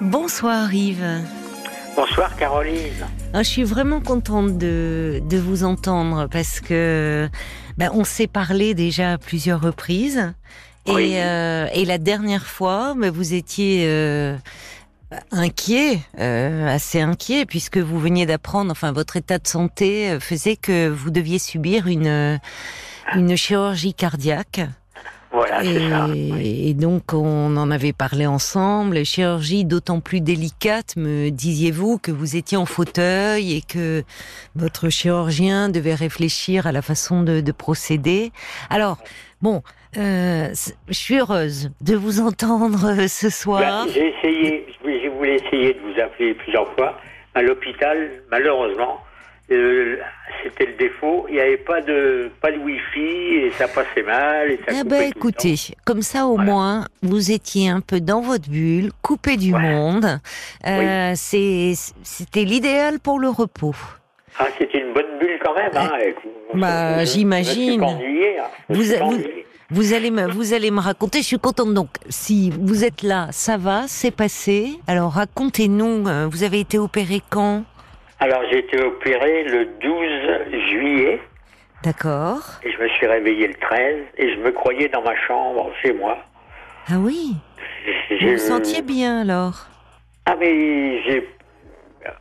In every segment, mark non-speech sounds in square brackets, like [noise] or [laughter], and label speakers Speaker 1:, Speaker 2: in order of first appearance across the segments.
Speaker 1: Bonsoir Yves.
Speaker 2: Bonsoir Caroline.
Speaker 1: Ah, je suis vraiment contente de, de vous entendre parce que ben, on s'est parlé déjà à plusieurs reprises. Et,
Speaker 2: Oui.
Speaker 1: euh, et la dernière fois, ben, vous étiez euh, inquiet, euh, assez inquiet, puisque vous veniez d'apprendre, enfin votre état de santé euh, faisait que vous deviez subir une, une chirurgie cardiaque.
Speaker 2: Voilà, Ah, c'est ça.
Speaker 1: Et, et donc, on en avait parlé ensemble. Chirurgie d'autant plus délicate, me disiez-vous, que vous étiez en fauteuil et que votre chirurgien devait réfléchir à la façon de, de procéder. Alors, bon, euh, c- je suis heureuse de vous entendre euh, ce
Speaker 2: Bah,
Speaker 1: soir.
Speaker 2: J'ai essayé, je voulais- je voulais essayer de vous appeler plusieurs fois. À l'hôpital, malheureusement, euh, c'était le défaut. Il n'y avait pas de, pas de wifi et ça passait mal. Et ça
Speaker 1: Eh ben,
Speaker 2: coupait tout le temps.
Speaker 1: écoutez, comme ça au
Speaker 2: Voilà.
Speaker 1: moins, vous étiez un peu dans votre bulle, coupé du
Speaker 2: Voilà.
Speaker 1: monde. Euh, c'est- C'était l'idéal pour le repos.
Speaker 2: Ah, c'était une bonne bulle quand même. Hein, avec-
Speaker 1: bah,
Speaker 2: je- je- Je me suis
Speaker 1: j'imagine.
Speaker 2: pas ennuyé, hein. Je me
Speaker 1: Vous
Speaker 2: suis
Speaker 1: a-
Speaker 2: pas
Speaker 1: vous-
Speaker 2: ennuyé.
Speaker 1: Vous allez me, vous allez me raconter. Je suis contente. Donc, si vous êtes là, ça va, c'est passé. Alors, racontez-nous. euh, Vous avez été opéré quand
Speaker 2: Alors, j'ai été opéré le 12 juillet.
Speaker 1: D'accord.
Speaker 2: Et je me suis réveillé le 13 et je me croyais dans ma chambre, chez moi.
Speaker 1: Ah oui. Vous
Speaker 2: J'ai-
Speaker 1: vous sentiez bien alors
Speaker 2: Ah mais j'ai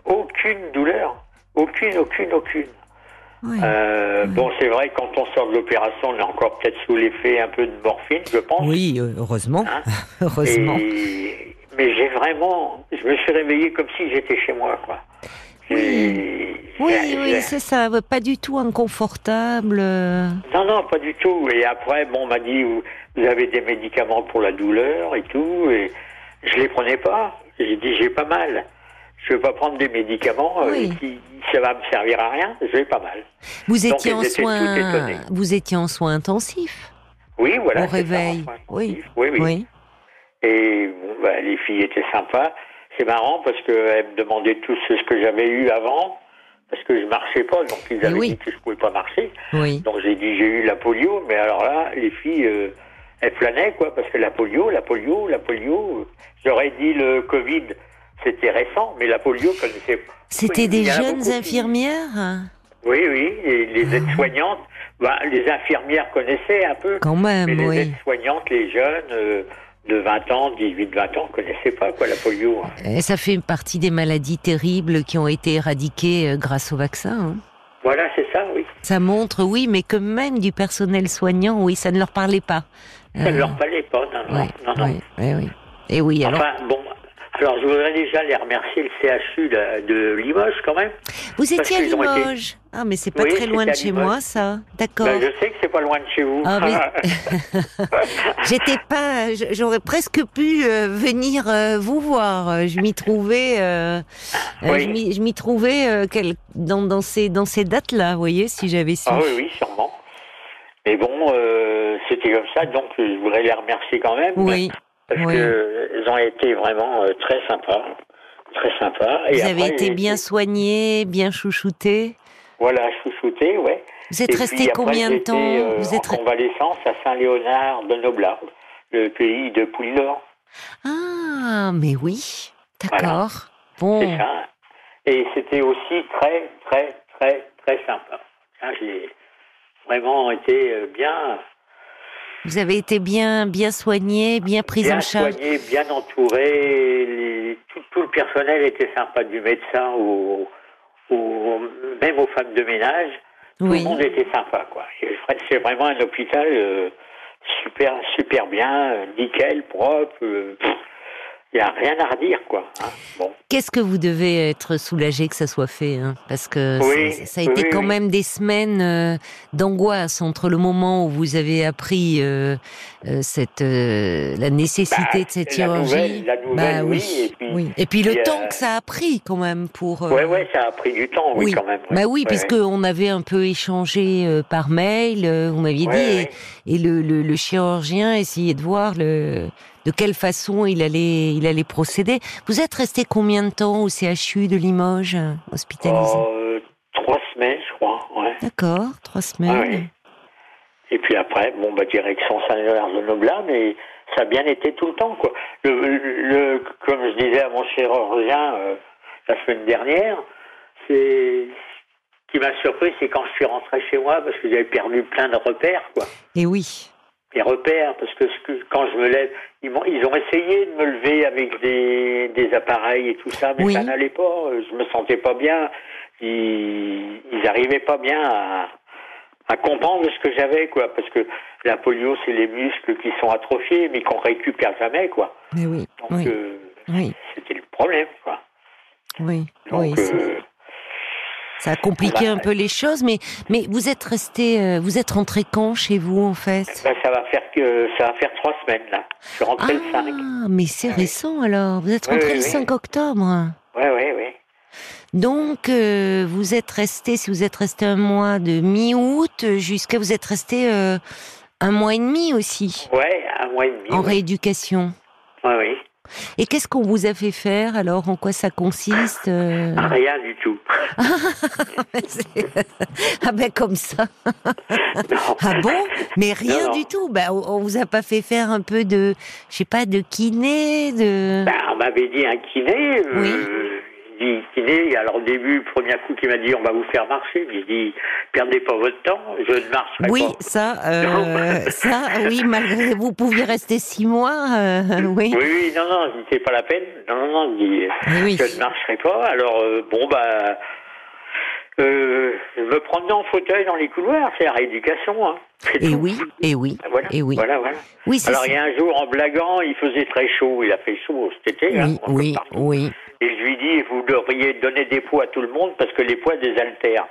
Speaker 2: aucune douleur, aucune, aucune, aucune.
Speaker 1: Oui. Hmm.
Speaker 2: Euh, Bon, c'est vrai quand on sort de l'opération, on est encore peut-être sous l'effet un peu de morphine, je pense.
Speaker 1: Oui, euh, heureusement.
Speaker 2: Hein
Speaker 1: [laughs] heureusement.
Speaker 2: Et- Mais j'ai vraiment, je me suis réveillé comme si j'étais chez moi, quoi.
Speaker 1: Oui.
Speaker 2: Et-
Speaker 1: Oui,
Speaker 2: j'ai-
Speaker 1: oui,
Speaker 2: j'ai-
Speaker 1: c'est ça. ouais, Pas du tout inconfortable. euh,
Speaker 2: Non, non, pas du tout. Et après, bon, on m'a dit, vous vous avez des médicaments pour la douleur et tout, et je les prenais pas. Et J'ai dit, j'ai pas mal. Je vais pas prendre des médicaments euh,
Speaker 1: Oui.
Speaker 2: qui, ça va me servir à rien. J'ai pas mal.
Speaker 1: Vous
Speaker 2: Donc,
Speaker 1: étiez
Speaker 2: elles
Speaker 1: en
Speaker 2: étaient toutes étonnées.
Speaker 1: soins. Vous étiez en soins intensifs.
Speaker 2: Oui, voilà.
Speaker 1: Au
Speaker 2: c'est ça,
Speaker 1: réveil,
Speaker 2: enfin,
Speaker 1: oui.
Speaker 2: Oui, oui.
Speaker 1: Oui.
Speaker 2: Et bon, bah, les filles étaient sympas. C'est marrant parce qu'elles me demandaient tout ce ce que j'avais eu avant, parce que je marchais pas, donc ils
Speaker 1: Eh
Speaker 2: avaient
Speaker 1: oui.
Speaker 2: dit que je pouvais pas marcher.
Speaker 1: Oui.
Speaker 2: Donc j'ai dit j'ai eu la polio, mais alors là, les filles, euh, elles flânaient, quoi, parce que la polio, la polio, la polio. euh, J'aurais dit le Covid, c'était récent, mais la polio, connaissait
Speaker 1: C'était
Speaker 2: Oui,
Speaker 1: des
Speaker 2: il y en a
Speaker 1: jeunes Ah.
Speaker 2: beaucoup qui-
Speaker 1: infirmières,
Speaker 2: Oui, oui, et les aides-soignantes, bah, les infirmières connaissaient un peu,
Speaker 1: quand
Speaker 2: mais
Speaker 1: même.
Speaker 2: les
Speaker 1: Ah, Oui.
Speaker 2: aides-soignantes, les jeunes euh, de 20 ans, 18, 20 ans, connaissaient pas, quoi, la polio. hein.
Speaker 1: Et Euh, ça fait partie des maladies terribles qui ont été éradiquées euh, grâce au vaccin. hein.
Speaker 2: Voilà, c'est ça, oui.
Speaker 1: Ça montre, oui, mais que même du personnel soignant, oui, ça ne leur parlait pas.
Speaker 2: Ça ne
Speaker 1: Euh,
Speaker 2: leur fallait pas, non, non,
Speaker 1: ouais,
Speaker 2: non, non.
Speaker 1: ouais, ouais, ouais. Et oui, alors.
Speaker 2: Enfin, bon, alors je voudrais déjà les remercier, le CHU de- de Limoges, quand même.
Speaker 1: vous étiez à
Speaker 2: qu'ils ont été-
Speaker 1: Limoges. Ah, mais c'est pas
Speaker 2: Oui,
Speaker 1: très loin de
Speaker 2: c'était à
Speaker 1: chez
Speaker 2: Limoges.
Speaker 1: moi, ça. D'accord.
Speaker 2: Ben, je sais que c'est pas loin de chez vous.
Speaker 1: Ah, J'étais pas. j- J'aurais presque pu euh, venir euh, vous voir. Euh, Je m'y trouvais. euh, euh,
Speaker 2: Oui.
Speaker 1: je m'y- je m'y trouvais euh, quel- dans, dans ces dans ces dates-là, vous voyez, si j'avais su.
Speaker 2: [laughs] Ah oui, oui, sûrement. Mais bon, euh, c'était comme ça, donc je voudrais les remercier quand même.
Speaker 1: Oui.
Speaker 2: Parce
Speaker 1: oui.
Speaker 2: qu'ils ont été vraiment euh, très sympas. Très sympas. Et
Speaker 1: Vous
Speaker 2: après,
Speaker 1: avez été
Speaker 2: j'ai
Speaker 1: bien soigné, bien chouchouté.
Speaker 2: Voilà, chouchouté, ouais.
Speaker 1: Vous êtes
Speaker 2: Et puis
Speaker 1: resté
Speaker 2: après,
Speaker 1: combien de
Speaker 2: j'étais,
Speaker 1: temps
Speaker 2: euh,
Speaker 1: Vous
Speaker 2: en
Speaker 1: êtes
Speaker 2: convalescence à Saint-Léonard de Noblard, le pays de Poulidor,
Speaker 1: ah mais oui,
Speaker 2: Voilà.
Speaker 1: d'accord. Bon,
Speaker 2: c'est ça. hein. Et c'était aussi très, très, très, très sympa. Hein, J'ai vraiment été euh, bien,
Speaker 1: vous avez été bien bien soigné, bien pris
Speaker 2: bien
Speaker 1: en charge.
Speaker 2: soigné, bien entouré. les- tout, tout le personnel était sympa, du médecin au, au- même aux femmes de ménage.
Speaker 1: Oui.
Speaker 2: Tout le monde était sympa, quoi. Et vra- C'est vraiment un hôpital euh, super, super bien, euh, nickel, propre. euh, pff, Il n'y a rien à redire, quoi. hein. Bon.
Speaker 1: Qu'est-ce que vous devez être soulagé que ça soit fait, hein, parce que
Speaker 2: Oui,
Speaker 1: ça, ça a été
Speaker 2: oui,
Speaker 1: quand
Speaker 2: oui.
Speaker 1: même des semaines euh, d'angoisse entre le moment où vous avez appris euh, euh, cette euh, la nécessité
Speaker 2: Bah,
Speaker 1: de cette
Speaker 2: la
Speaker 1: chirurgie,
Speaker 2: nouvelle- la nouvelle,
Speaker 1: bah
Speaker 2: oui,
Speaker 1: oui,
Speaker 2: et puis-
Speaker 1: Et puis le
Speaker 2: puis, euh,
Speaker 1: temps que ça a pris quand même pour. euh,
Speaker 2: Ouais, ouais, ça a pris du temps, oui,
Speaker 1: Oui.
Speaker 2: quand même.
Speaker 1: Bah oui,
Speaker 2: Ouais,
Speaker 1: puisque on avait un peu échangé euh, par mail, euh, vous m'aviez
Speaker 2: ouais.
Speaker 1: dit,
Speaker 2: Ouais,
Speaker 1: et- et, le, le, le chirurgien essayait de voir le, de quelle façon il allait, il allait procéder. Vous êtes resté combien de temps au CHU de Limoges, euh,
Speaker 2: ouais.
Speaker 1: hospitalisé
Speaker 2: Euh, trois semaines, je crois. Ouais.
Speaker 1: D'accord,
Speaker 2: Ah
Speaker 1: trois semaines.
Speaker 2: Ouais, ouais. Et puis après, bon, bah, direction Saint-Léonard de Noblat, mais ça a bien été tout le temps, quoi. Le, le, le- comme je disais à mon chirurgien euh, la semaine dernière, c'est ce qui m'a surpris, c'est quand je suis rentré chez moi parce que j'avais perdu plein de repères, quoi.
Speaker 1: Et oui.
Speaker 2: Les repères, parce que, ce que- quand je me lève, ils, m'ont- ils ont essayé de me lever avec des, des appareils et tout ça, mais
Speaker 1: Oui.
Speaker 2: ça n'allait pas. euh, Je me sentais pas bien. Ils, ils arrivaient pas bien à, à comprendre ce que j'avais, quoi. Parce que la polio, c'est les muscles qui sont atrophiés, mais qu'on récupère jamais, quoi.
Speaker 1: Mais oui.
Speaker 2: Donc
Speaker 1: Oui.
Speaker 2: euh,
Speaker 1: Oui.
Speaker 2: c'était le problème, quoi.
Speaker 1: Oui.
Speaker 2: Donc
Speaker 1: oui, c'est-
Speaker 2: euh,
Speaker 1: Ça a compliqué
Speaker 2: bah,
Speaker 1: un peu les choses, mais mais vous êtes resté, euh, vous êtes rentré quand chez vous en fait
Speaker 2: ben, ça va faire que ça va faire trois semaines là. Je suis rentré le 5.
Speaker 1: Ah, mais c'est
Speaker 2: Oui.
Speaker 1: récent alors. Vous êtes
Speaker 2: Oui,
Speaker 1: rentré
Speaker 2: oui,
Speaker 1: le
Speaker 2: oui.
Speaker 1: 5 octobre.
Speaker 2: Ouais, ouais, ouais.
Speaker 1: Donc euh, vous êtes resté, si vous êtes resté un mois de mi-août euh, jusqu'à vous êtes resté euh, un mois et demi aussi
Speaker 2: Ouais, un mois et demi.
Speaker 1: en
Speaker 2: ouais.
Speaker 1: rééducation.
Speaker 2: Ouais, ouais.
Speaker 1: Et qu'est-ce qu'on vous a fait faire alors En quoi ça consiste
Speaker 2: [laughs]
Speaker 1: euh
Speaker 2: Rien du tout.
Speaker 1: C'est- Ah ben comme ça.
Speaker 2: Non.
Speaker 1: Ah bon Mais rien
Speaker 2: non.
Speaker 1: du tout. Ben on on vous a pas fait faire un peu de, je sais pas, de kiné, de.
Speaker 2: Ben, on m'avait dit un kiné. il dit kiné. Alors, au début, premier coup qu'il m'a dit, on va vous faire marcher. Puis, je dis, perdez pas votre temps, je ne marcherai
Speaker 1: oui,
Speaker 2: pas.
Speaker 1: ça, euh, ça, oui, malgré vous pouviez rester six mois, euh, [laughs] oui.
Speaker 2: Oui, oui, non, non, je dis, c'est pas la peine. Non, non, non, je dis,
Speaker 1: Mais oui.
Speaker 2: je ne marcherai pas. Alors, euh, bon, bah, euh, je me promenais en fauteuil dans les couloirs, c'est la rééducation. Hein. C'est
Speaker 1: Et
Speaker 2: tout.
Speaker 1: oui, et oui,
Speaker 2: Voilà,
Speaker 1: et oui.
Speaker 2: voilà, voilà.
Speaker 1: Oui, c'est
Speaker 2: Alors,
Speaker 1: ça.
Speaker 2: il y a un jour, en blaguant, il faisait très chaud. Il a fait chaud cet été. hein,
Speaker 1: Oui,
Speaker 2: un peu
Speaker 1: oui,
Speaker 2: partout.
Speaker 1: oui.
Speaker 2: Et je lui dis, vous devriez donner des poids à tout le monde parce que les poids désaltèrent.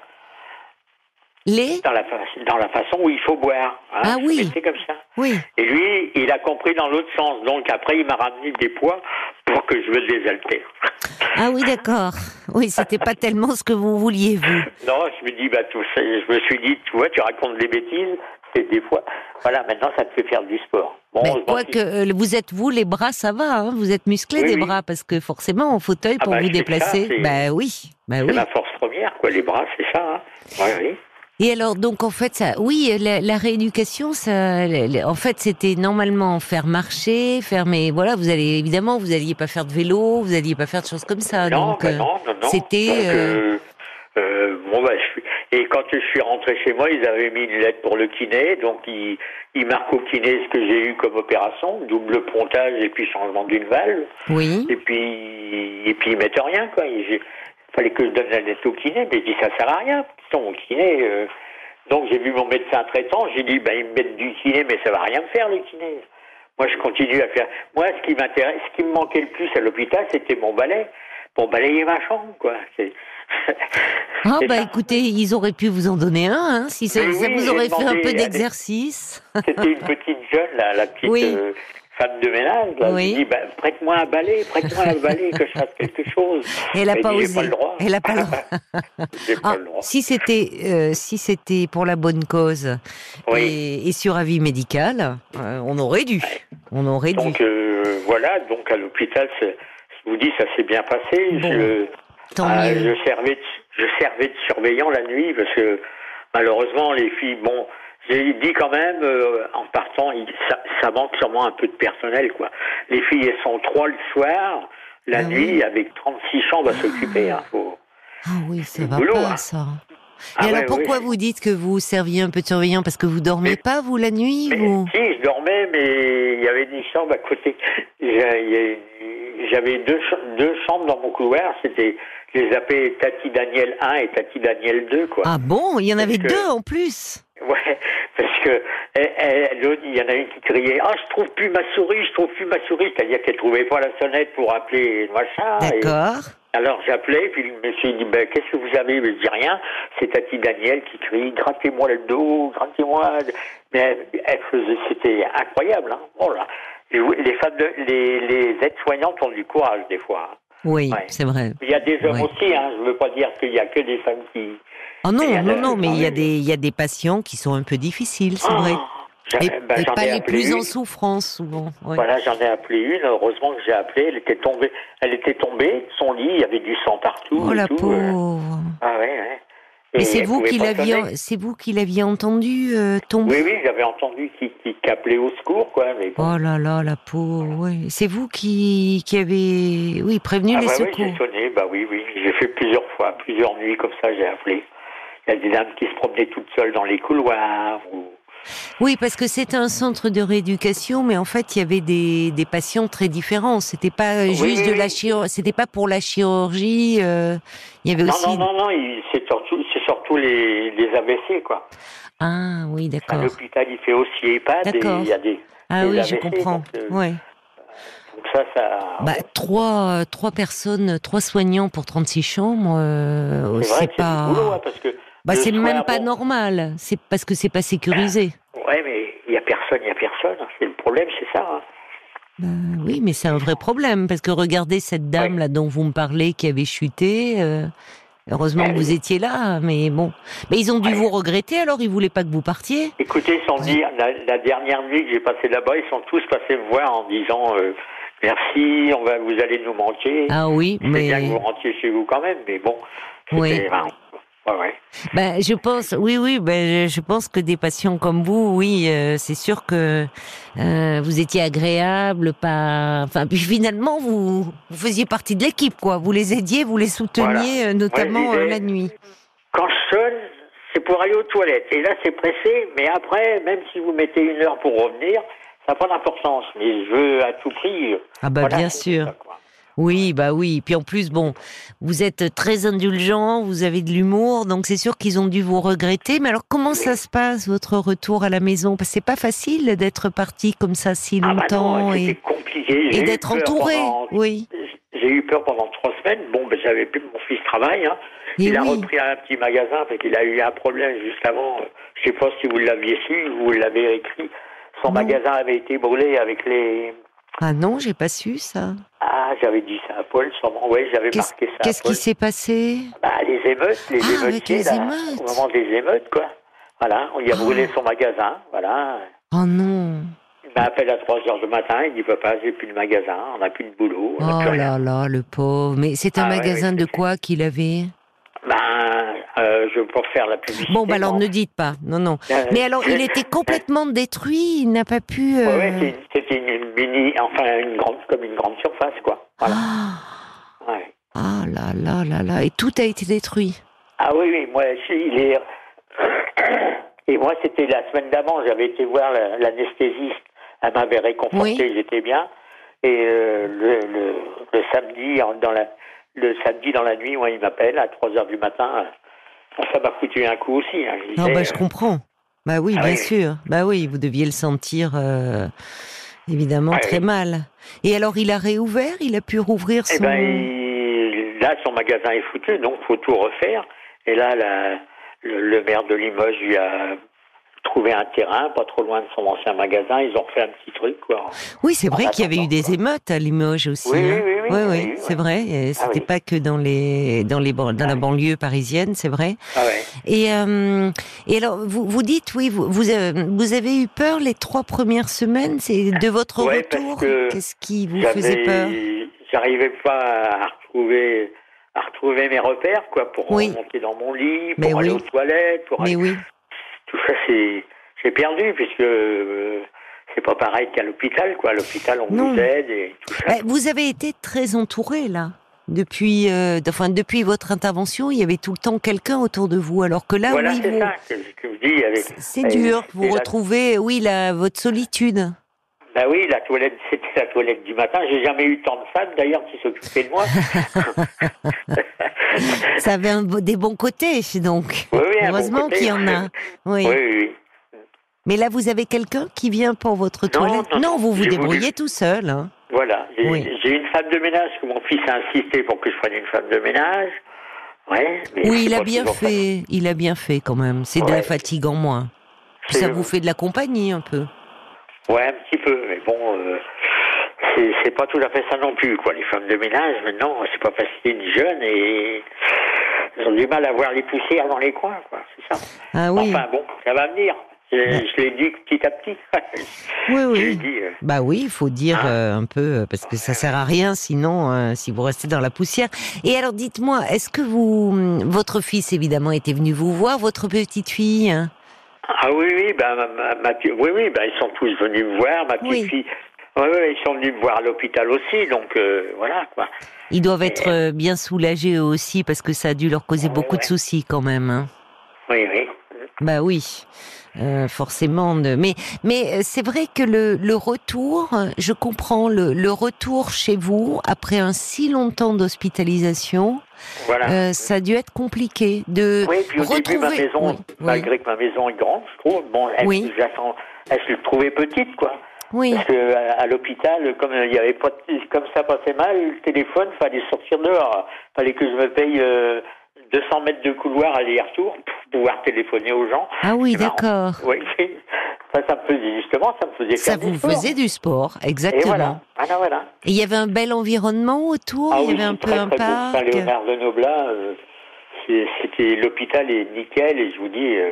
Speaker 1: Les
Speaker 2: Dans la, fa- dans la façon où il faut boire. hein.
Speaker 1: Ah oui.
Speaker 2: C'était comme ça.
Speaker 1: Oui.
Speaker 2: Et lui, il a compris dans l'autre sens. Donc après, il m'a ramené des poids pour que je me désaltère. [laughs]
Speaker 1: Ah oui, d'accord. Oui, c'était pas tellement ce que vous vouliez, vous.
Speaker 2: non, je me dis, bah, tout ça, je me suis dit, tu vois, tu racontes des bêtises. Et des fois, voilà, maintenant, ça te fait faire du sport. Bon,
Speaker 1: Mais
Speaker 2: je m'en
Speaker 1: quoi
Speaker 2: fiche.
Speaker 1: que euh, vous êtes vous, les bras, ça va. hein, vous êtes musclés
Speaker 2: Oui,
Speaker 1: des
Speaker 2: oui.
Speaker 1: bras parce que forcément en fauteuil
Speaker 2: Ah
Speaker 1: pour
Speaker 2: bah,
Speaker 1: vous
Speaker 2: c'est ça,
Speaker 1: déplacer.
Speaker 2: c'est-
Speaker 1: bah oui, bah
Speaker 2: c'est
Speaker 1: oui.
Speaker 2: ma force première, quoi, les bras, c'est ça. Hein. Ouais, oui.
Speaker 1: Et alors donc en fait ça, oui, la, la rééducation, ça, la- la- en fait c'était normalement faire marcher, faire mais voilà, vous allez évidemment vous alliez pas faire de vélo, vous alliez pas faire de choses comme ça.
Speaker 2: Non,
Speaker 1: donc
Speaker 2: bah
Speaker 1: euh,
Speaker 2: non, non, non.
Speaker 1: c'était,
Speaker 2: Donc, euh, euh, bon, bah, je suis- Et quand je suis rentré chez moi, ils avaient mis une lettre pour le kiné, donc ils, ils marquent au kiné ce que j'ai eu comme opération, double pontage et puis changement d'une valve,
Speaker 1: oui.
Speaker 2: et puis et puis ils mettent rien quoi. Il j'ai- fallait que je donne la lettre au kiné, mais je dis ça sert à rien, putain, mon kiné. euh. Donc j'ai vu mon médecin traitant, j'ai dit bah ils me mettent du kiné, mais ça va rien me faire le kiné. Moi je continue à faire. Moi ce qui m'intéresse, ce qui me manquait le plus à l'hôpital, c'était mon balai pour balayer ma chambre quoi. C'est- [laughs]
Speaker 1: Ah
Speaker 2: c'est
Speaker 1: bah
Speaker 2: ça.
Speaker 1: écoutez, ils auraient pu vous en donner un, hein, si ça,
Speaker 2: Mais
Speaker 1: ça
Speaker 2: Eh ben, oui,
Speaker 1: vous
Speaker 2: j'ai
Speaker 1: aurait fait un
Speaker 2: demandé à
Speaker 1: peu
Speaker 2: des-
Speaker 1: d'exercice.
Speaker 2: C'était une petite jeune, là, la petite
Speaker 1: Oui.
Speaker 2: euh, femme de ménage. Là,
Speaker 1: Oui.
Speaker 2: Je lui dis, bah, prête-moi un balai, prête-moi un balai, que je fasse quelque chose.
Speaker 1: Et elle a
Speaker 2: Elle
Speaker 1: pas
Speaker 2: dit,
Speaker 1: osé.
Speaker 2: J'ai pas le droit.
Speaker 1: Elle a pas le droit.
Speaker 2: [laughs] J'ai
Speaker 1: Ah,
Speaker 2: pas le droit.
Speaker 1: si c'était euh, si c'était pour la bonne cause
Speaker 2: Oui.
Speaker 1: et, et sur avis médical, euh, on aurait dû. On aurait dû.
Speaker 2: Donc euh, voilà, donc à l'hôpital, c'est- je vous dis, ça s'est bien passé.
Speaker 1: Bon,
Speaker 2: je,
Speaker 1: Tant
Speaker 2: ah,
Speaker 1: mieux.
Speaker 2: je servais, de, je servais de surveillant la nuit parce que malheureusement les filles, bon, j'ai dit quand même euh, en partant, il- ça, ça manque sûrement un peu de personnel quoi. Les filles elles sont trois le soir, la
Speaker 1: Ah
Speaker 2: nuit
Speaker 1: oui.
Speaker 2: avec 36 chambres à s'occuper. Hein, faut-
Speaker 1: Ah oui, ça
Speaker 2: du
Speaker 1: va
Speaker 2: boulot,
Speaker 1: pas
Speaker 2: hein.
Speaker 1: ça.
Speaker 2: Ah
Speaker 1: Et alors
Speaker 2: ouais,
Speaker 1: pourquoi
Speaker 2: ouais.
Speaker 1: vous dites que vous serviez un peu de surveillant parce que vous dormiez
Speaker 2: Mais-
Speaker 1: pas vous la nuit
Speaker 2: Mais,
Speaker 1: ou
Speaker 2: Si, je dormais, mais il y avait une chambre à côté. J'ai- il y a- J'avais deux, cha- deux chambres dans mon couloir. C'était, je les appelais Tati Daniel 1 et Tati Daniel 2, quoi.
Speaker 1: Ah bon, il y en
Speaker 2: Parce
Speaker 1: avait
Speaker 2: que-
Speaker 1: deux en plus.
Speaker 2: [laughs] Ouais, parce que elle- elle- l'autre, il y en a une qui criait Ah, je trouve plus ma souris, je trouve plus ma souris. C'est-à-dire qu'elle trouvait pas la sonnette pour appeler le machin. Ah, Et-
Speaker 1: D'accord.
Speaker 2: alors j'appelais, puis le monsieur il dit ben, Qu'est-ce que vous avez Je dis rien. C'est Tati Daniel qui crie Grattez-moi le dos, grattez-moi. Mais elle, elle faisait, c'était incroyable. Hein. Oh là. Et oui, Les, femmes de, les, les aides-soignantes ont du courage des fois. hein.
Speaker 1: Oui,
Speaker 2: Ouais.
Speaker 1: c'est vrai.
Speaker 2: Il y a des hommes
Speaker 1: Ouais.
Speaker 2: aussi, hein. je ne veux pas dire qu'il n'y a que des femmes qui.
Speaker 1: Oh
Speaker 2: Et
Speaker 1: non,
Speaker 2: elle,
Speaker 1: non,
Speaker 2: elle
Speaker 1: non, mais il y a
Speaker 2: parlait.
Speaker 1: des il y a des patients qui sont un peu difficiles, c'est vrai.
Speaker 2: Ah J'en-
Speaker 1: Et,
Speaker 2: ben,
Speaker 1: et
Speaker 2: j'en
Speaker 1: pas
Speaker 2: ai
Speaker 1: les
Speaker 2: appelé
Speaker 1: plus en
Speaker 2: une.
Speaker 1: souffrance souvent. ouais.
Speaker 2: Voilà, j'en ai appelé une. Heureusement que j'ai appelé. Elle était tombée. Elle était tombée. de Son lit, il y avait du sang partout.
Speaker 1: Oh
Speaker 2: et
Speaker 1: la
Speaker 2: tout, euh.
Speaker 1: pauvre.
Speaker 2: Ah ouais, ouais.
Speaker 1: Mais
Speaker 2: Et
Speaker 1: c'est
Speaker 2: elle
Speaker 1: vous
Speaker 2: pouvait
Speaker 1: qui
Speaker 2: pas sonner.
Speaker 1: l'aviez, c'est vous qui l'aviez entendu euh, tomber.
Speaker 2: Oui, oui, j'avais entendu qui, qui, qu'à appeler au secours, quoi. Mais bon.
Speaker 1: Oh là là, la peau, oui. C'est vous qui, qui avez oui, prévenu
Speaker 2: Ah
Speaker 1: les
Speaker 2: bah oui,
Speaker 1: secours.
Speaker 2: j'ai sonné, bah oui, oui. J'ai fait plusieurs fois, plusieurs nuits comme ça, j'ai appelé. Il y a des dames qui se promenaient toutes seules dans les couloirs. Ou...
Speaker 1: Oui, parce que c'était un centre de rééducation, mais en fait, il y avait des, des patients très différents. C'était pas
Speaker 2: Oui,
Speaker 1: juste de
Speaker 2: oui,
Speaker 1: la
Speaker 2: oui.
Speaker 1: chirurgie, c'était pas pour la chirurgie. euh, il y avait
Speaker 2: Non,
Speaker 1: aussi.
Speaker 2: non, non, non, il- c'est surtout, c'est surtout les, les AVC, quoi.
Speaker 1: Ah oui,
Speaker 2: À
Speaker 1: d'accord.
Speaker 2: l'hôpital, il fait aussi EHPAD et
Speaker 1: D'accord.
Speaker 2: il y a des.
Speaker 1: Ah
Speaker 2: les
Speaker 1: oui, je
Speaker 2: AVC,
Speaker 1: comprends.
Speaker 2: donc, euh,
Speaker 1: Ouais.
Speaker 2: Donc ça, ça.
Speaker 1: Bah, trois, euh, trois personnes, trois soignants pour 36 chambres, euh,
Speaker 2: c'est vrai que
Speaker 1: c'est
Speaker 2: c'est du boulot, hein,
Speaker 1: pas.
Speaker 2: parce que.
Speaker 1: Bah,
Speaker 2: le
Speaker 1: c'est
Speaker 2: soir,
Speaker 1: même pas
Speaker 2: bon,
Speaker 1: normal. C'est parce que c'est pas sécurisé.
Speaker 2: Ouais, mais il n'y a personne, il n'y a personne. C'est le problème, c'est ça. hein.
Speaker 1: Bah, oui, mais c'est un vrai problème parce que regardez cette dame là dont vous me parlez qui avait chuté. euh, heureusement que vous étiez là, mais bon. Mais ils ont dû
Speaker 2: Ouais.
Speaker 1: vous regretter alors. Ils voulaient pas que vous partiez.
Speaker 2: Écoutez, sans dire, la, la dernière nuit que j'ai passée là-bas, ils sont tous passés me voir en disant euh, merci, on va, vous allez nous manquer.
Speaker 1: Ah oui,
Speaker 2: C'est bien que vous
Speaker 1: mais
Speaker 2: rentiez chez vous quand même, mais bon. c'était-
Speaker 1: Oui.
Speaker 2: enfin, ouais, ouais.
Speaker 1: bah, je pense, oui, oui, bah, je pense que des patients comme vous, oui, euh, c'est sûr que euh, vous étiez agréable, pas. Enfin, puis finalement, vous, vous faisiez partie de l'équipe, quoi. Vous les aidiez, vous les souteniez, euh, notamment
Speaker 2: l'idée-
Speaker 1: euh, la nuit.
Speaker 2: Quand je sonne, c'est pour aller aux toilettes. Et là, c'est pressé, mais après, même si vous mettez une heure pour revenir, ça n'a pas d'importance. Mais je veux à tout prix. euh,
Speaker 1: Ah bah
Speaker 2: voilà,
Speaker 1: bien
Speaker 2: c'est
Speaker 1: sûr.
Speaker 2: ça, quoi.
Speaker 1: Oui, bah oui. Puis en plus, bon, vous êtes très indulgent, vous avez de l'humour, donc c'est sûr qu'ils ont dû vous regretter. Mais alors, comment ça se passe, votre retour à la maison Parce que c'est pas facile d'être parti comme ça si
Speaker 2: Ah bah
Speaker 1: longtemps
Speaker 2: non, c'était
Speaker 1: et,
Speaker 2: compliqué. J'ai
Speaker 1: et
Speaker 2: eu
Speaker 1: d'être
Speaker 2: peur
Speaker 1: entouré.
Speaker 2: pendant-
Speaker 1: Oui.
Speaker 2: J'ai eu peur pendant trois semaines. Bon, ben, j'avais plus mon fils travaille. hein.
Speaker 1: Et
Speaker 2: il a
Speaker 1: Eh oui.
Speaker 2: repris un petit magasin parce qu'il a eu un problème juste avant. Je sais pas si vous l'aviez su, vous l'avez écrit. Son
Speaker 1: Non.
Speaker 2: magasin avait été brûlé avec les.
Speaker 1: Ah non, j'ai pas su ça.
Speaker 2: Ah, j'avais dit ça à Paul, sûrement. Oui, j'avais
Speaker 1: Qu'est-ce
Speaker 2: marqué ça. à
Speaker 1: qu'est-ce
Speaker 2: Paul.
Speaker 1: qui s'est passé
Speaker 2: Bah, les émeutes, les
Speaker 1: Ah, avec
Speaker 2: émeutiers,
Speaker 1: les
Speaker 2: là,
Speaker 1: émeutes.
Speaker 2: au moment des émeutes, quoi. Voilà, on y a
Speaker 1: Ah.
Speaker 2: brûlé son magasin, voilà.
Speaker 1: Oh non.
Speaker 2: Il m'appelle à 3 heures du matin, il dit Papa, j'ai plus de magasin, on n'a plus de boulot, on n'a
Speaker 1: Oh
Speaker 2: plus
Speaker 1: là
Speaker 2: rien.
Speaker 1: là, le pauvre. Mais c'est un
Speaker 2: Ah ouais,
Speaker 1: magasin
Speaker 2: oui,
Speaker 1: de
Speaker 2: c'est-
Speaker 1: quoi qu'il avait
Speaker 2: Ben, euh, je veux pas faire la publicité.
Speaker 1: Bon, bah alors
Speaker 2: non.
Speaker 1: ne dites pas. Non, non.
Speaker 2: Euh,
Speaker 1: Mais alors, il était complètement détruit. Il n'a pas pu.
Speaker 2: Ouais,
Speaker 1: euh,
Speaker 2: ouais, c'est- c'était une mini, enfin une grande, comme une grande surface, quoi. Voilà.
Speaker 1: Ah.
Speaker 2: ouais.
Speaker 1: Ah là là là là, et tout a été détruit.
Speaker 2: Ah oui, oui, moi, je- il est. [coughs] Et moi, c'était la semaine d'avant, j'avais été voir la- l'anesthésiste. Elle m'avait réconforté,
Speaker 1: Oui.
Speaker 2: j'étais bien. Et euh, le, le, le samedi, en- dans la, le samedi dans la nuit, moi, il m'appelle à 3 heures du matin. Ça m'a foutu un coup aussi. hein, je
Speaker 1: Non,
Speaker 2: disais,
Speaker 1: bah je
Speaker 2: euh,
Speaker 1: comprends. Bah oui,
Speaker 2: Ah
Speaker 1: bien
Speaker 2: oui.
Speaker 1: sûr. Bah oui, vous deviez le sentir euh, évidemment
Speaker 2: Ah
Speaker 1: très
Speaker 2: oui.
Speaker 1: mal. Et alors, il a réouvert, il a pu rouvrir son.
Speaker 2: Eh ben, il- là, son magasin est foutu, donc faut tout refaire. Et là, la- le, le maire de Limoges lui a trouvé un terrain pas trop loin de son ancien magasin. Ils ont fait un petit truc, quoi.
Speaker 1: Oui, c'est vrai
Speaker 2: en
Speaker 1: qu'il y avait eu
Speaker 2: attendant,
Speaker 1: des
Speaker 2: quoi.
Speaker 1: émeutes à Limoges aussi.
Speaker 2: Ah, Oui,
Speaker 1: hein.
Speaker 2: oui, oui, oui, oui, oui.
Speaker 1: c'est vrai. Et
Speaker 2: Ah
Speaker 1: C'était
Speaker 2: oui.
Speaker 1: pas que dans les dans les ban- dans la
Speaker 2: oui.
Speaker 1: banlieue parisienne, c'est vrai.
Speaker 2: Ah ouais.
Speaker 1: Et euh, et alors, vous vous dites oui, vous vous avez, vous avez eu peur les trois premières semaines, c'est de votre
Speaker 2: Ouais, parce
Speaker 1: retour.
Speaker 2: que
Speaker 1: Qu'est-ce qui vous
Speaker 2: J'avais-
Speaker 1: faisait peur
Speaker 2: J'arrivais pas à retrouver, à retrouver mes repères, quoi, pour
Speaker 1: Oui.
Speaker 2: remonter dans mon lit, pour
Speaker 1: Mais
Speaker 2: aller
Speaker 1: oui.
Speaker 2: aux toilettes, pour
Speaker 1: Mais
Speaker 2: aller-
Speaker 1: oui.
Speaker 2: tout ça, c'est, j'ai perdu puisque euh, c'est pas pareil qu'à l'hôpital, quoi. À l'hôpital, on
Speaker 1: Non.
Speaker 2: vous aide et tout ça.
Speaker 1: Eh, Vous avez été très entouré là. Depuis, euh, enfin, depuis votre intervention, il y avait tout le temps quelqu'un autour de vous. Alors que là,
Speaker 2: voilà,
Speaker 1: Ah oui,
Speaker 2: c'est
Speaker 1: vous-
Speaker 2: ça que, que je dis. Avec,
Speaker 1: c'est- c'est
Speaker 2: Et
Speaker 1: dur. Vous
Speaker 2: c'est la-
Speaker 1: retrouvez, oui, la, votre solitude.
Speaker 2: Bah oui, la toilette, [laughs] c'était la toilette du matin. J'ai jamais eu tant de femmes d'ailleurs qui s'occupaient
Speaker 1: [laughs]
Speaker 2: de moi.
Speaker 1: Ça avait un bo- des bons côtés, donc.
Speaker 2: Oui, oui, à mon
Speaker 1: Heureusement
Speaker 2: côté.
Speaker 1: qu'il y en
Speaker 2: [laughs]
Speaker 1: a. Oui.
Speaker 2: Oui, oui, oui.
Speaker 1: Mais là, vous avez quelqu'un qui vient pour votre
Speaker 2: Non,
Speaker 1: toilette.
Speaker 2: non, non,
Speaker 1: vous vous
Speaker 2: j'ai voulu-
Speaker 1: débrouillez tout seul. hein.
Speaker 2: Voilà. J'ai
Speaker 1: Oui.
Speaker 2: j'ai une femme de ménage que mon fils a insisté pour que je prenne une femme de ménage. Ouais, mais
Speaker 1: Oui,
Speaker 2: c'est
Speaker 1: il a
Speaker 2: pas
Speaker 1: bien
Speaker 2: toujours
Speaker 1: fait. Il a bien fait quand même. C'est de la
Speaker 2: Ouais.
Speaker 1: fatigue en moins. Puis
Speaker 2: C'est-
Speaker 1: ça vous fait de la compagnie un peu.
Speaker 2: facile. Ouais, un petit peu, mais bon, euh, c'est- c'est pas tout à fait ça non plus, quoi. Les femmes de ménage, maintenant, c'est pas facile ni jeune et elles ont du mal à voir les poussières dans les coins, quoi. C'est ça.
Speaker 1: Ah oui.
Speaker 2: Enfin bon, ça va venir. Je, je l'ai dit petit à petit.
Speaker 1: oui,
Speaker 2: [laughs] je
Speaker 1: oui.
Speaker 2: l'ai dit. euh,
Speaker 1: Bah oui, il faut dire
Speaker 2: Hein
Speaker 1: euh, un peu euh, parce que ça sert à rien sinon euh, si vous restez dans la poussière. Et alors hum, dites-moi, est-ce que vous votre fils évidemment était venu vous voir votre petite fille hein
Speaker 2: Ah oui, oui, ben, ma, ma- ma- oui, oui, ben, ils sont tous venus me voir, ma petite
Speaker 1: Oui.
Speaker 2: fille. Oui, oui, ils sont venus me voir à l'hôpital aussi, donc euh, voilà, quoi.
Speaker 1: Ils doivent être euh, bien soulagés eux aussi parce que ça a dû leur causer
Speaker 2: Ouais,
Speaker 1: beaucoup de
Speaker 2: ouais.
Speaker 1: soucis quand même. hein.
Speaker 2: Oui, oui.
Speaker 1: Bah oui, euh, forcément. ne- Mais mais euh, c'est vrai que le, le retour, euh, je comprends le, le retour chez vous après un si longtemps d'hospitalisation,
Speaker 2: Voilà.
Speaker 1: euh, ça a dû être compliqué de
Speaker 2: oui, puis au début, ma
Speaker 1: retrouver.
Speaker 2: maison,
Speaker 1: Oui, oui,
Speaker 2: malgré que ma maison est grande, je trouve, bon, elle,
Speaker 1: Oui.
Speaker 2: je la sens- elle se le trouvait petite, quoi.
Speaker 1: oui,
Speaker 2: Parce que à, à l'hôpital, comme il y avait pas, de- comme ça passait mal, le téléphone, fallait sortir dehors. Fallait que je me paye euh, 200 mètres de couloir aller-retour pour pouvoir téléphoner aux gens. [laughs]
Speaker 1: Ah oui,
Speaker 2: C'est marrant.
Speaker 1: d'accord.
Speaker 2: Oui, ça, ça me faisait justement, ça me faisait
Speaker 1: Ça
Speaker 2: faire du
Speaker 1: vous
Speaker 2: sport.
Speaker 1: faisait du sport,
Speaker 2: Et
Speaker 1: exactement.
Speaker 2: voilà. Voilà, voilà. Ah
Speaker 1: Et il y avait un bel environnement autour, il y avait
Speaker 2: c'est
Speaker 1: un peu
Speaker 2: très,
Speaker 1: un
Speaker 2: très beau.
Speaker 1: parc.
Speaker 2: Saint-Léonard de Noblat, euh, c'est- c'était l'hôpital est nickel et je vous dis euh,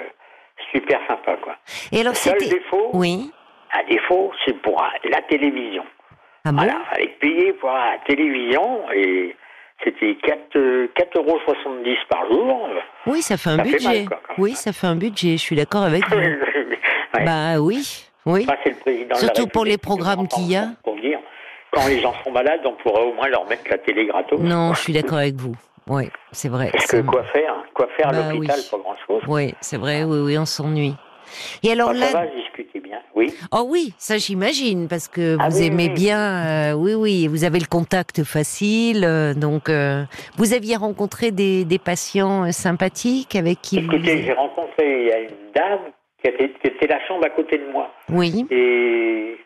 Speaker 2: super sympa quoi.
Speaker 1: Et alors
Speaker 2: Le seul
Speaker 1: c'était
Speaker 2: défaut,
Speaker 1: oui,
Speaker 2: un défaut, c'est pour euh, la télévision.
Speaker 1: ah bon,
Speaker 2: Voilà, fallait payer pour avoir la télévision et c'était 4 euh, 4,70 euros par jour.
Speaker 1: oui, ça fait un
Speaker 2: Ça fait mal,
Speaker 1: budget.
Speaker 2: quoi, quand même. Ah
Speaker 1: oui, ça fait un budget. Je suis d'accord avec vous.
Speaker 2: [laughs] Ouais.
Speaker 1: Bah oui, oui.
Speaker 2: Ça, c'est le président de la
Speaker 1: Surtout pour les
Speaker 2: République qui
Speaker 1: programmes
Speaker 2: entend
Speaker 1: qu'il y a.
Speaker 2: ça Pour dire, quand les gens sont malades, on pourrait au moins leur mettre la télé gratos.
Speaker 1: Non, je suis d'accord avec vous. Oui, c'est vrai.
Speaker 2: Parce que
Speaker 1: Ça-
Speaker 2: quoi faire Quoi faire à
Speaker 1: Bah
Speaker 2: l'hôpital
Speaker 1: oui.
Speaker 2: Pas grand-chose.
Speaker 1: Oui, c'est vrai, oui, oui, on s'ennuie. Et
Speaker 2: Quand
Speaker 1: alors
Speaker 2: Ah, ça
Speaker 1: là,
Speaker 2: va, discutez bien. Oui.
Speaker 1: oh oui, ça j'imagine, parce que
Speaker 2: Ah
Speaker 1: vous
Speaker 2: oui,
Speaker 1: aimez
Speaker 2: oui.
Speaker 1: bien, euh, oui, oui, vous avez le contact facile, euh, donc euh, vous aviez rencontré des, des patients euh, sympathiques avec qui vous...
Speaker 2: Écoutez, j'ai rencontré il y a une dame qui était, qui était la chambre à côté de moi.
Speaker 1: Oui,
Speaker 2: Et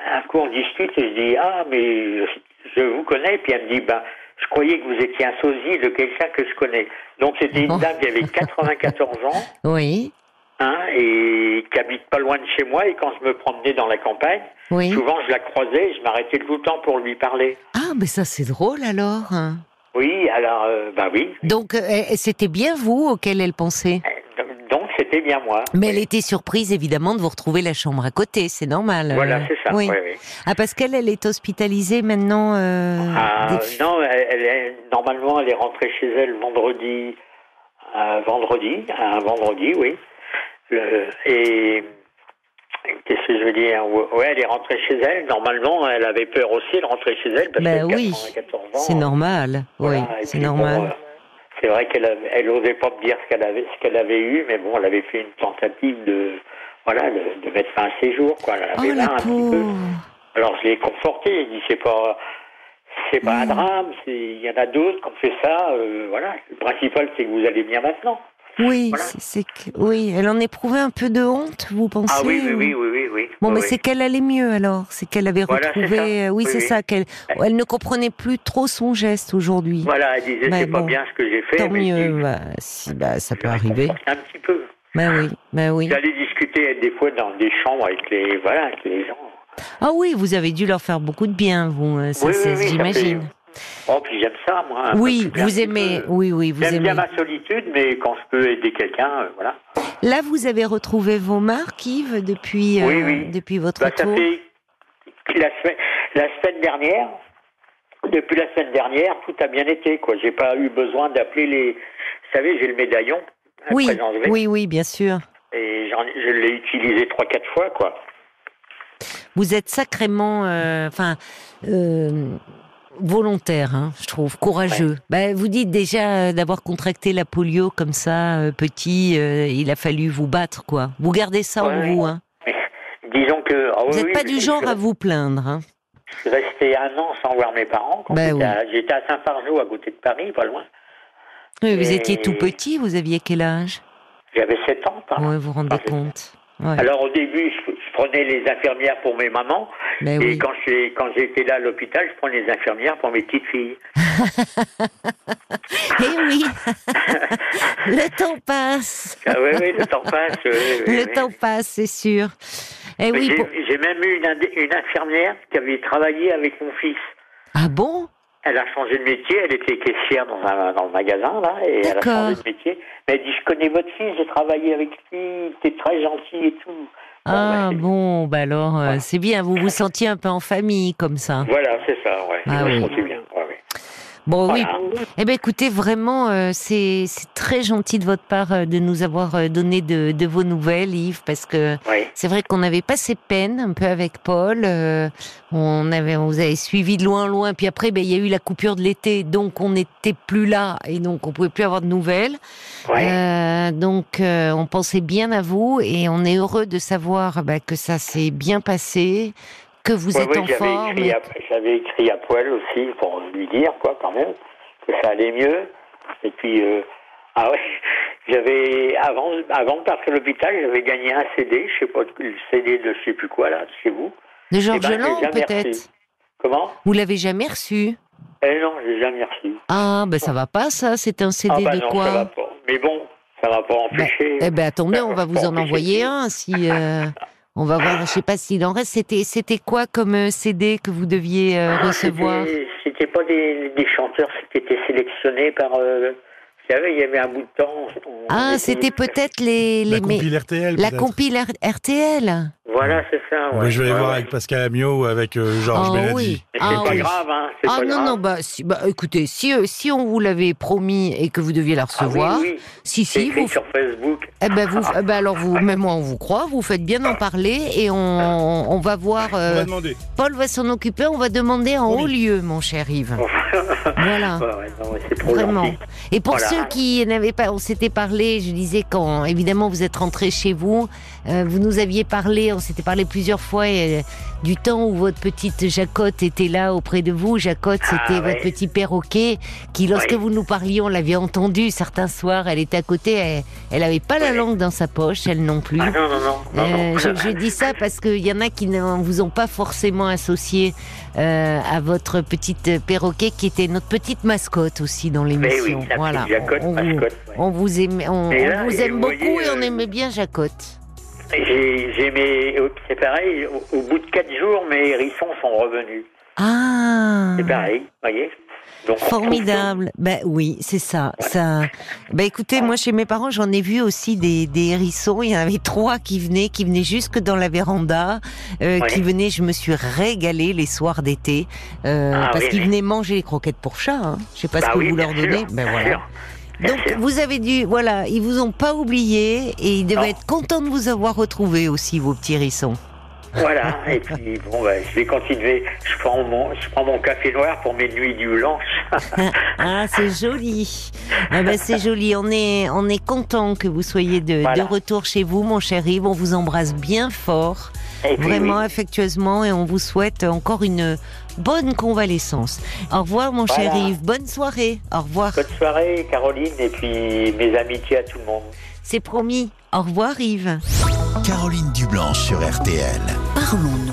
Speaker 2: un coup, on discute et je dis Ah, mais je, je vous connais. Puis elle me dit Ben, je croyais que vous étiez un sosie de quelqu'un que je connais. Donc, c'était
Speaker 1: Oh.
Speaker 2: une dame qui avait 94 ans.
Speaker 1: oui,
Speaker 2: hein, et qui habite pas loin de chez moi. Et quand je me promenais dans la campagne,
Speaker 1: oui.
Speaker 2: souvent je la croisais, je m'arrêtais tout le temps pour lui parler.
Speaker 1: Ah, mais ça c'est drôle alors. hein.
Speaker 2: Oui, alors, euh, bah oui.
Speaker 1: Donc euh, elle- c'était bien vous auquel elle pensait.
Speaker 2: Euh, Donc c'était bien moi.
Speaker 1: Mais elle était surprise évidemment de vous retrouver la chambre à côté, c'est normal. euh,
Speaker 2: Voilà, c'est ça.
Speaker 1: Oui.
Speaker 2: oui, oui.
Speaker 1: Ah, parce qu'elle, elle est hospitalisée maintenant. euh,
Speaker 2: Ah,
Speaker 1: des-
Speaker 2: non, elle, elle est- normalement, elle est rentrée chez elle vendredi, un vendredi, un vendredi, oui. Le- et qu'est-ce que je veux dire Ouais, elle est rentrée chez elle. Normalement, elle avait peur aussi de rentrer chez elle parce
Speaker 1: Bah
Speaker 2: qu'elle a
Speaker 1: oui,
Speaker 2: 94 ans.
Speaker 1: C'est normal,
Speaker 2: Voilà,
Speaker 1: oui,
Speaker 2: et
Speaker 1: c'est
Speaker 2: puis bon,
Speaker 1: normal.
Speaker 2: euh, c'est vrai qu'elle avait- elle n'osait pas me dire ce qu'elle avait, ce qu'elle avait eu, mais bon, elle avait fait une tentative de, voilà, de, de mettre fin à ses jours, quoi. Elle
Speaker 1: oh
Speaker 2: avait
Speaker 1: la
Speaker 2: marre un petit peu.
Speaker 1: pauvre
Speaker 2: Alors je l'ai conforté, il dit c'est pas c'est pas un
Speaker 1: Hmm.
Speaker 2: drame, c'est- il y en a d'autres qui ont fait ça, euh, voilà. Le principal c'est que vous allez bien maintenant.
Speaker 1: Oui,
Speaker 2: Voilà.
Speaker 1: c'est- c'est que- oui, elle en éprouvait un peu de honte, vous pensez
Speaker 2: Ah oui, oui,
Speaker 1: ou-
Speaker 2: oui, oui, oui, oui.
Speaker 1: Bon,
Speaker 2: oui,
Speaker 1: mais
Speaker 2: oui.
Speaker 1: c'est qu'elle allait mieux alors, c'est qu'elle avait
Speaker 2: Voilà, c'est
Speaker 1: retrouvé.
Speaker 2: ça.
Speaker 1: euh, Oui,
Speaker 2: Oui,
Speaker 1: c'est
Speaker 2: oui.
Speaker 1: ça, qu'elle elle ne comprenait plus trop son geste aujourd'hui.
Speaker 2: Voilà, elle disait
Speaker 1: Mais
Speaker 2: c'est pas
Speaker 1: bon,
Speaker 2: bien ce que j'ai fait,
Speaker 1: Tant
Speaker 2: mais je dis,
Speaker 1: mieux, bah, si, bah, ça
Speaker 2: je
Speaker 1: peut
Speaker 2: l'ai
Speaker 1: arriver.
Speaker 2: conforté un petit peu.
Speaker 1: Bah oui, bah oui.
Speaker 2: J'allais discuter avec des fois dans des chambres avec les voilà, avec les gens.
Speaker 1: Ah oui, vous avez dû leur faire beaucoup de bien, vous, euh, ça,
Speaker 2: oui,
Speaker 1: c'est-
Speaker 2: oui, oui, ça
Speaker 1: j'imagine.
Speaker 2: fait- Oh, puis j'aime ça, moi. un peu
Speaker 1: Oui,
Speaker 2: plus, un
Speaker 1: vous
Speaker 2: petit
Speaker 1: aimez,
Speaker 2: peu.
Speaker 1: oui, oui, vous
Speaker 2: J'aime
Speaker 1: aimez.
Speaker 2: bien ma solitude, mais quand je peux aider quelqu'un, euh, voilà.
Speaker 1: Là, vous avez retrouvé vos marques, Yves, depuis, euh,
Speaker 2: Oui, oui.
Speaker 1: depuis votre
Speaker 2: Bah, ça
Speaker 1: tour.
Speaker 2: fait la semaine, la semaine dernière, depuis la semaine dernière, tout a bien été. quoi. J'ai pas eu besoin d'appeler les. Vous savez, j'ai le médaillon à
Speaker 1: Oui,
Speaker 2: présent enlevé,
Speaker 1: oui, oui, bien sûr.
Speaker 2: et j'en- je l'ai utilisé trois quatre fois. quoi.
Speaker 1: Vous êtes sacrément, euh, enfin, euh, volontaire, hein, je trouve, courageux. Bah, vous dites déjà euh, d'avoir contracté la polio comme ça, euh, petit, euh, il a fallu vous battre, quoi. Vous gardez ça en
Speaker 2: Ouais.
Speaker 1: vous, hein.
Speaker 2: Disons que ah
Speaker 1: Vous
Speaker 2: oui,
Speaker 1: n'êtes
Speaker 2: oui,
Speaker 1: pas
Speaker 2: je-
Speaker 1: du genre
Speaker 2: je-
Speaker 1: à vous plaindre, hein.
Speaker 2: Je suis resté un an sans voir mes parents. quand
Speaker 1: Bah
Speaker 2: j'étais
Speaker 1: oui.
Speaker 2: à- J'étais à Saint-Fargeau, à côté de Paris, pas loin.
Speaker 1: Oui, Vous
Speaker 2: Et-
Speaker 1: étiez tout petit, vous aviez quel âge
Speaker 2: J'avais 7 ans. par là.
Speaker 1: Oui, vous vous rendez
Speaker 2: Ah, c'est-
Speaker 1: compte. Ouais.
Speaker 2: Alors au début, je, je prenais les infirmières pour mes mamans,
Speaker 1: Bah
Speaker 2: Ah, et
Speaker 1: oui.
Speaker 2: quand j'ai- quand j'étais là à l'hôpital, je prenais les infirmières pour mes petites filles.
Speaker 1: [laughs] Eh
Speaker 2: [laughs]
Speaker 1: oui [laughs] Le temps passe
Speaker 2: Ah oui, oui, le temps passe. oui, oui, oui,
Speaker 1: Le
Speaker 2: oui.
Speaker 1: temps passe, c'est sûr. Eh oui,
Speaker 2: J'ai
Speaker 1: pour-
Speaker 2: j'ai même eu une, ind- une infirmière qui avait travaillé avec mon fils.
Speaker 1: Ah bon
Speaker 2: Elle a changé de métier, elle était caissière dans, un, dans le magasin, là, et elle a
Speaker 1: D'accord.
Speaker 2: changé de métier. Mais elle dit, je connais votre fils, j'ai travaillé avec lui, il était très gentil et tout. Bon, bah,
Speaker 1: Ah
Speaker 2: c'est-
Speaker 1: bon, bah alors euh,
Speaker 2: Voilà.
Speaker 1: c'est bien, vous vous sentiez un peu en famille comme ça.
Speaker 2: Voilà, c'est ça, ouais.
Speaker 1: Ah
Speaker 2: Ouais, je
Speaker 1: oui.
Speaker 2: trouve que c'est bien. ouais, ouais.
Speaker 1: Bon, oui.
Speaker 2: Voilà.
Speaker 1: Eh bien, écoutez, vraiment, euh, c'est c'est très gentil de votre part euh, de nous avoir euh, donné de, de vos nouvelles, Yves, parce que
Speaker 2: Oui.
Speaker 1: c'est vrai qu'on avait passé peine un peu avec Paul. euh, on avait, on vous avait suivi de loin, loin. Puis après, ben, il y a eu la coupure de l'été, donc on n'était plus là et donc on pouvait plus avoir de nouvelles.
Speaker 2: Ouais.
Speaker 1: Euh, donc, euh, on pensait bien à vous et on est heureux de savoir bah, que ça s'est bien passé, que vous
Speaker 2: Ouais,
Speaker 1: êtes
Speaker 2: oui,
Speaker 1: en
Speaker 2: j'avais
Speaker 1: forme.
Speaker 2: écrit, à, j'avais écrit à Poil aussi pour lui dire, quoi, quand même, que ça allait mieux. Et puis, euh, ah ouais, [laughs] j'avais, avant, avant de partir à l'hôpital, j'avais gagné un CD, je sais pas, le CD de je sais plus quoi, là, chez vous.
Speaker 1: De Georges
Speaker 2: Eh ben, je l'ai
Speaker 1: Lang,
Speaker 2: jamais reçu.
Speaker 1: peut-être.
Speaker 2: Comment
Speaker 1: Vous l'avez jamais reçu
Speaker 2: Eh non, je l'ai jamais reçu.
Speaker 1: Ah, ben ça va pas, ça. C'est un CD
Speaker 2: ah bah
Speaker 1: de
Speaker 2: non,
Speaker 1: quoi
Speaker 2: ça va pas. Mais bon, ça va pas empêcher.
Speaker 1: Eh ben attendez,
Speaker 2: Ça
Speaker 1: on
Speaker 2: va [laughs]
Speaker 1: va vous
Speaker 2: pas
Speaker 1: en
Speaker 2: empêcher.
Speaker 1: envoyer un si. euh, on va voir, je sais pas s'il en reste. C'était, c'était quoi comme euh, CD que vous deviez euh, recevoir
Speaker 2: Ah, C'était- C'était pas des, des chanteurs qui étaient sélectionnés par. euh, vous savez, il y avait un bout de temps. on- on
Speaker 1: Ah,
Speaker 2: était-
Speaker 1: c'était peut-être les. les
Speaker 3: La
Speaker 1: mais-
Speaker 3: compile RTL.
Speaker 1: la
Speaker 3: peut-être.
Speaker 1: compile R- RTL.
Speaker 2: Voilà, c'est ça.
Speaker 3: Oui,
Speaker 2: Ah ouais.
Speaker 3: je vais aller
Speaker 2: Ouais,
Speaker 3: voir
Speaker 2: ouais.
Speaker 3: avec Pascal Amiot, avec euh, Georges
Speaker 1: Ah
Speaker 3: Benadi.
Speaker 1: oui.
Speaker 2: Mais
Speaker 1: Ah
Speaker 2: c'est pas
Speaker 1: oui.
Speaker 2: grave, hein. c'est
Speaker 1: Ah
Speaker 2: pas
Speaker 1: non,
Speaker 2: grave.
Speaker 1: non, bah, si- bah, écoutez, si, euh, si on vous l'avait promis et que vous deviez la
Speaker 2: Ah oui,
Speaker 1: recevoir,
Speaker 2: oui,
Speaker 1: si,
Speaker 2: c'est
Speaker 1: si,
Speaker 2: écrit
Speaker 1: vous,
Speaker 2: sur Facebook.
Speaker 1: eh ben, vous, eh ben, alors vous, même moi, on vous croit, vous faites bien
Speaker 2: Ah.
Speaker 1: d'en parler et on, on va voir,
Speaker 3: On
Speaker 1: euh,
Speaker 3: va demander.
Speaker 1: Paul va s'en occuper, on va demander en
Speaker 3: Oui.
Speaker 1: haut lieu, mon cher Yves. Voilà.
Speaker 2: [laughs] Ouais, ouais, non, mais c'est trop
Speaker 1: Ah. Vraiment.
Speaker 2: gentil.
Speaker 1: Et pour
Speaker 2: Voilà.
Speaker 1: ceux qui n'avaient pas, on s'était parlé, je disais quand évidemment vous êtes rentré chez vous, euh, vous nous aviez parlé, on s'était parlé plusieurs fois euh, du temps où votre petite Jacotte était là auprès de vous. Jacotte,
Speaker 2: Ah,
Speaker 1: c'était
Speaker 2: ouais.
Speaker 1: votre petit perroquet qui, lorsque
Speaker 2: Oui.
Speaker 1: vous nous parliez, on l'avait entendu certains soirs. Elle était à côté, elle- elle avait pas la
Speaker 2: Oui.
Speaker 1: langue dans sa poche, elle non plus.
Speaker 2: Ah non, non, non. non,
Speaker 1: Euh,
Speaker 2: non.
Speaker 1: je,
Speaker 2: [laughs]
Speaker 1: je dis ça parce qu'il y en a qui ne vous ont pas forcément associé euh, à votre petite euh, perroquet qui était notre petite mascotte aussi dans
Speaker 2: Mais oui,
Speaker 1: l'émission.
Speaker 2: la
Speaker 1: voilà.
Speaker 2: petite Jacotte,
Speaker 1: on, on vous,
Speaker 2: mascotte. ouais.
Speaker 1: on vous aime, on,
Speaker 2: Et
Speaker 1: on
Speaker 2: là,
Speaker 1: vous
Speaker 2: et
Speaker 1: aime
Speaker 2: vous
Speaker 1: beaucoup
Speaker 2: voyez,
Speaker 1: et on
Speaker 2: euh,
Speaker 1: aimait bien Jacotte.
Speaker 2: J'ai j'ai mes. euh, C'est pareil, au, au bout de quatre jours, mes hérissons sont revenus.
Speaker 1: Ah.
Speaker 2: C'est pareil, vous voyez Donc, on trouve
Speaker 1: Formidable. Ben oui, c'est ça, ça. Ben écoutez, moi chez mes parents, j'en ai vu aussi des, des hérissons. Il y en avait trois qui venaient, qui venaient jusque dans la véranda, euh,
Speaker 2: Ouais.
Speaker 1: qui venaient. Je me suis régalée les soirs d'été euh,
Speaker 2: Ah
Speaker 1: parce
Speaker 2: oui,
Speaker 1: qu'ils
Speaker 2: mais-
Speaker 1: venaient manger les croquettes pour chat. Hein. Je sais pas
Speaker 2: Bah
Speaker 1: ce que
Speaker 2: oui,
Speaker 1: vous
Speaker 2: bien
Speaker 1: leur
Speaker 2: sûr,
Speaker 1: donnez. Ben
Speaker 2: bien
Speaker 1: voilà.
Speaker 2: sûr, bien
Speaker 1: Donc
Speaker 2: sûr.
Speaker 1: vous avez dû, voilà, ils vous ont pas oublié et ils devaient
Speaker 2: Non.
Speaker 1: être contents de vous avoir retrouvé aussi vos petits hérissons.
Speaker 2: Voilà, et puis bon, bah, je vais continuer. Je prends, mon, je prends mon café noir pour mes nuits du blanche. [laughs]
Speaker 1: Ah, c'est joli. Ah ben, c'est joli. On est, on est content que vous soyez de,
Speaker 2: Voilà.
Speaker 1: de retour chez vous, mon cher Yves. On vous embrasse bien fort,
Speaker 2: Et puis,
Speaker 1: vraiment
Speaker 2: oui.
Speaker 1: affectueusement, et on vous souhaite encore une bonne convalescence. Au revoir, mon cher
Speaker 2: Voilà.
Speaker 1: Yves. Bonne soirée. Au revoir.
Speaker 2: Bonne soirée, Caroline, et puis mes amitiés à tout le monde.
Speaker 1: C'est promis. Au revoir, Yves.
Speaker 4: Caroline Dublanche sur RTL.
Speaker 1: Parlons-nous.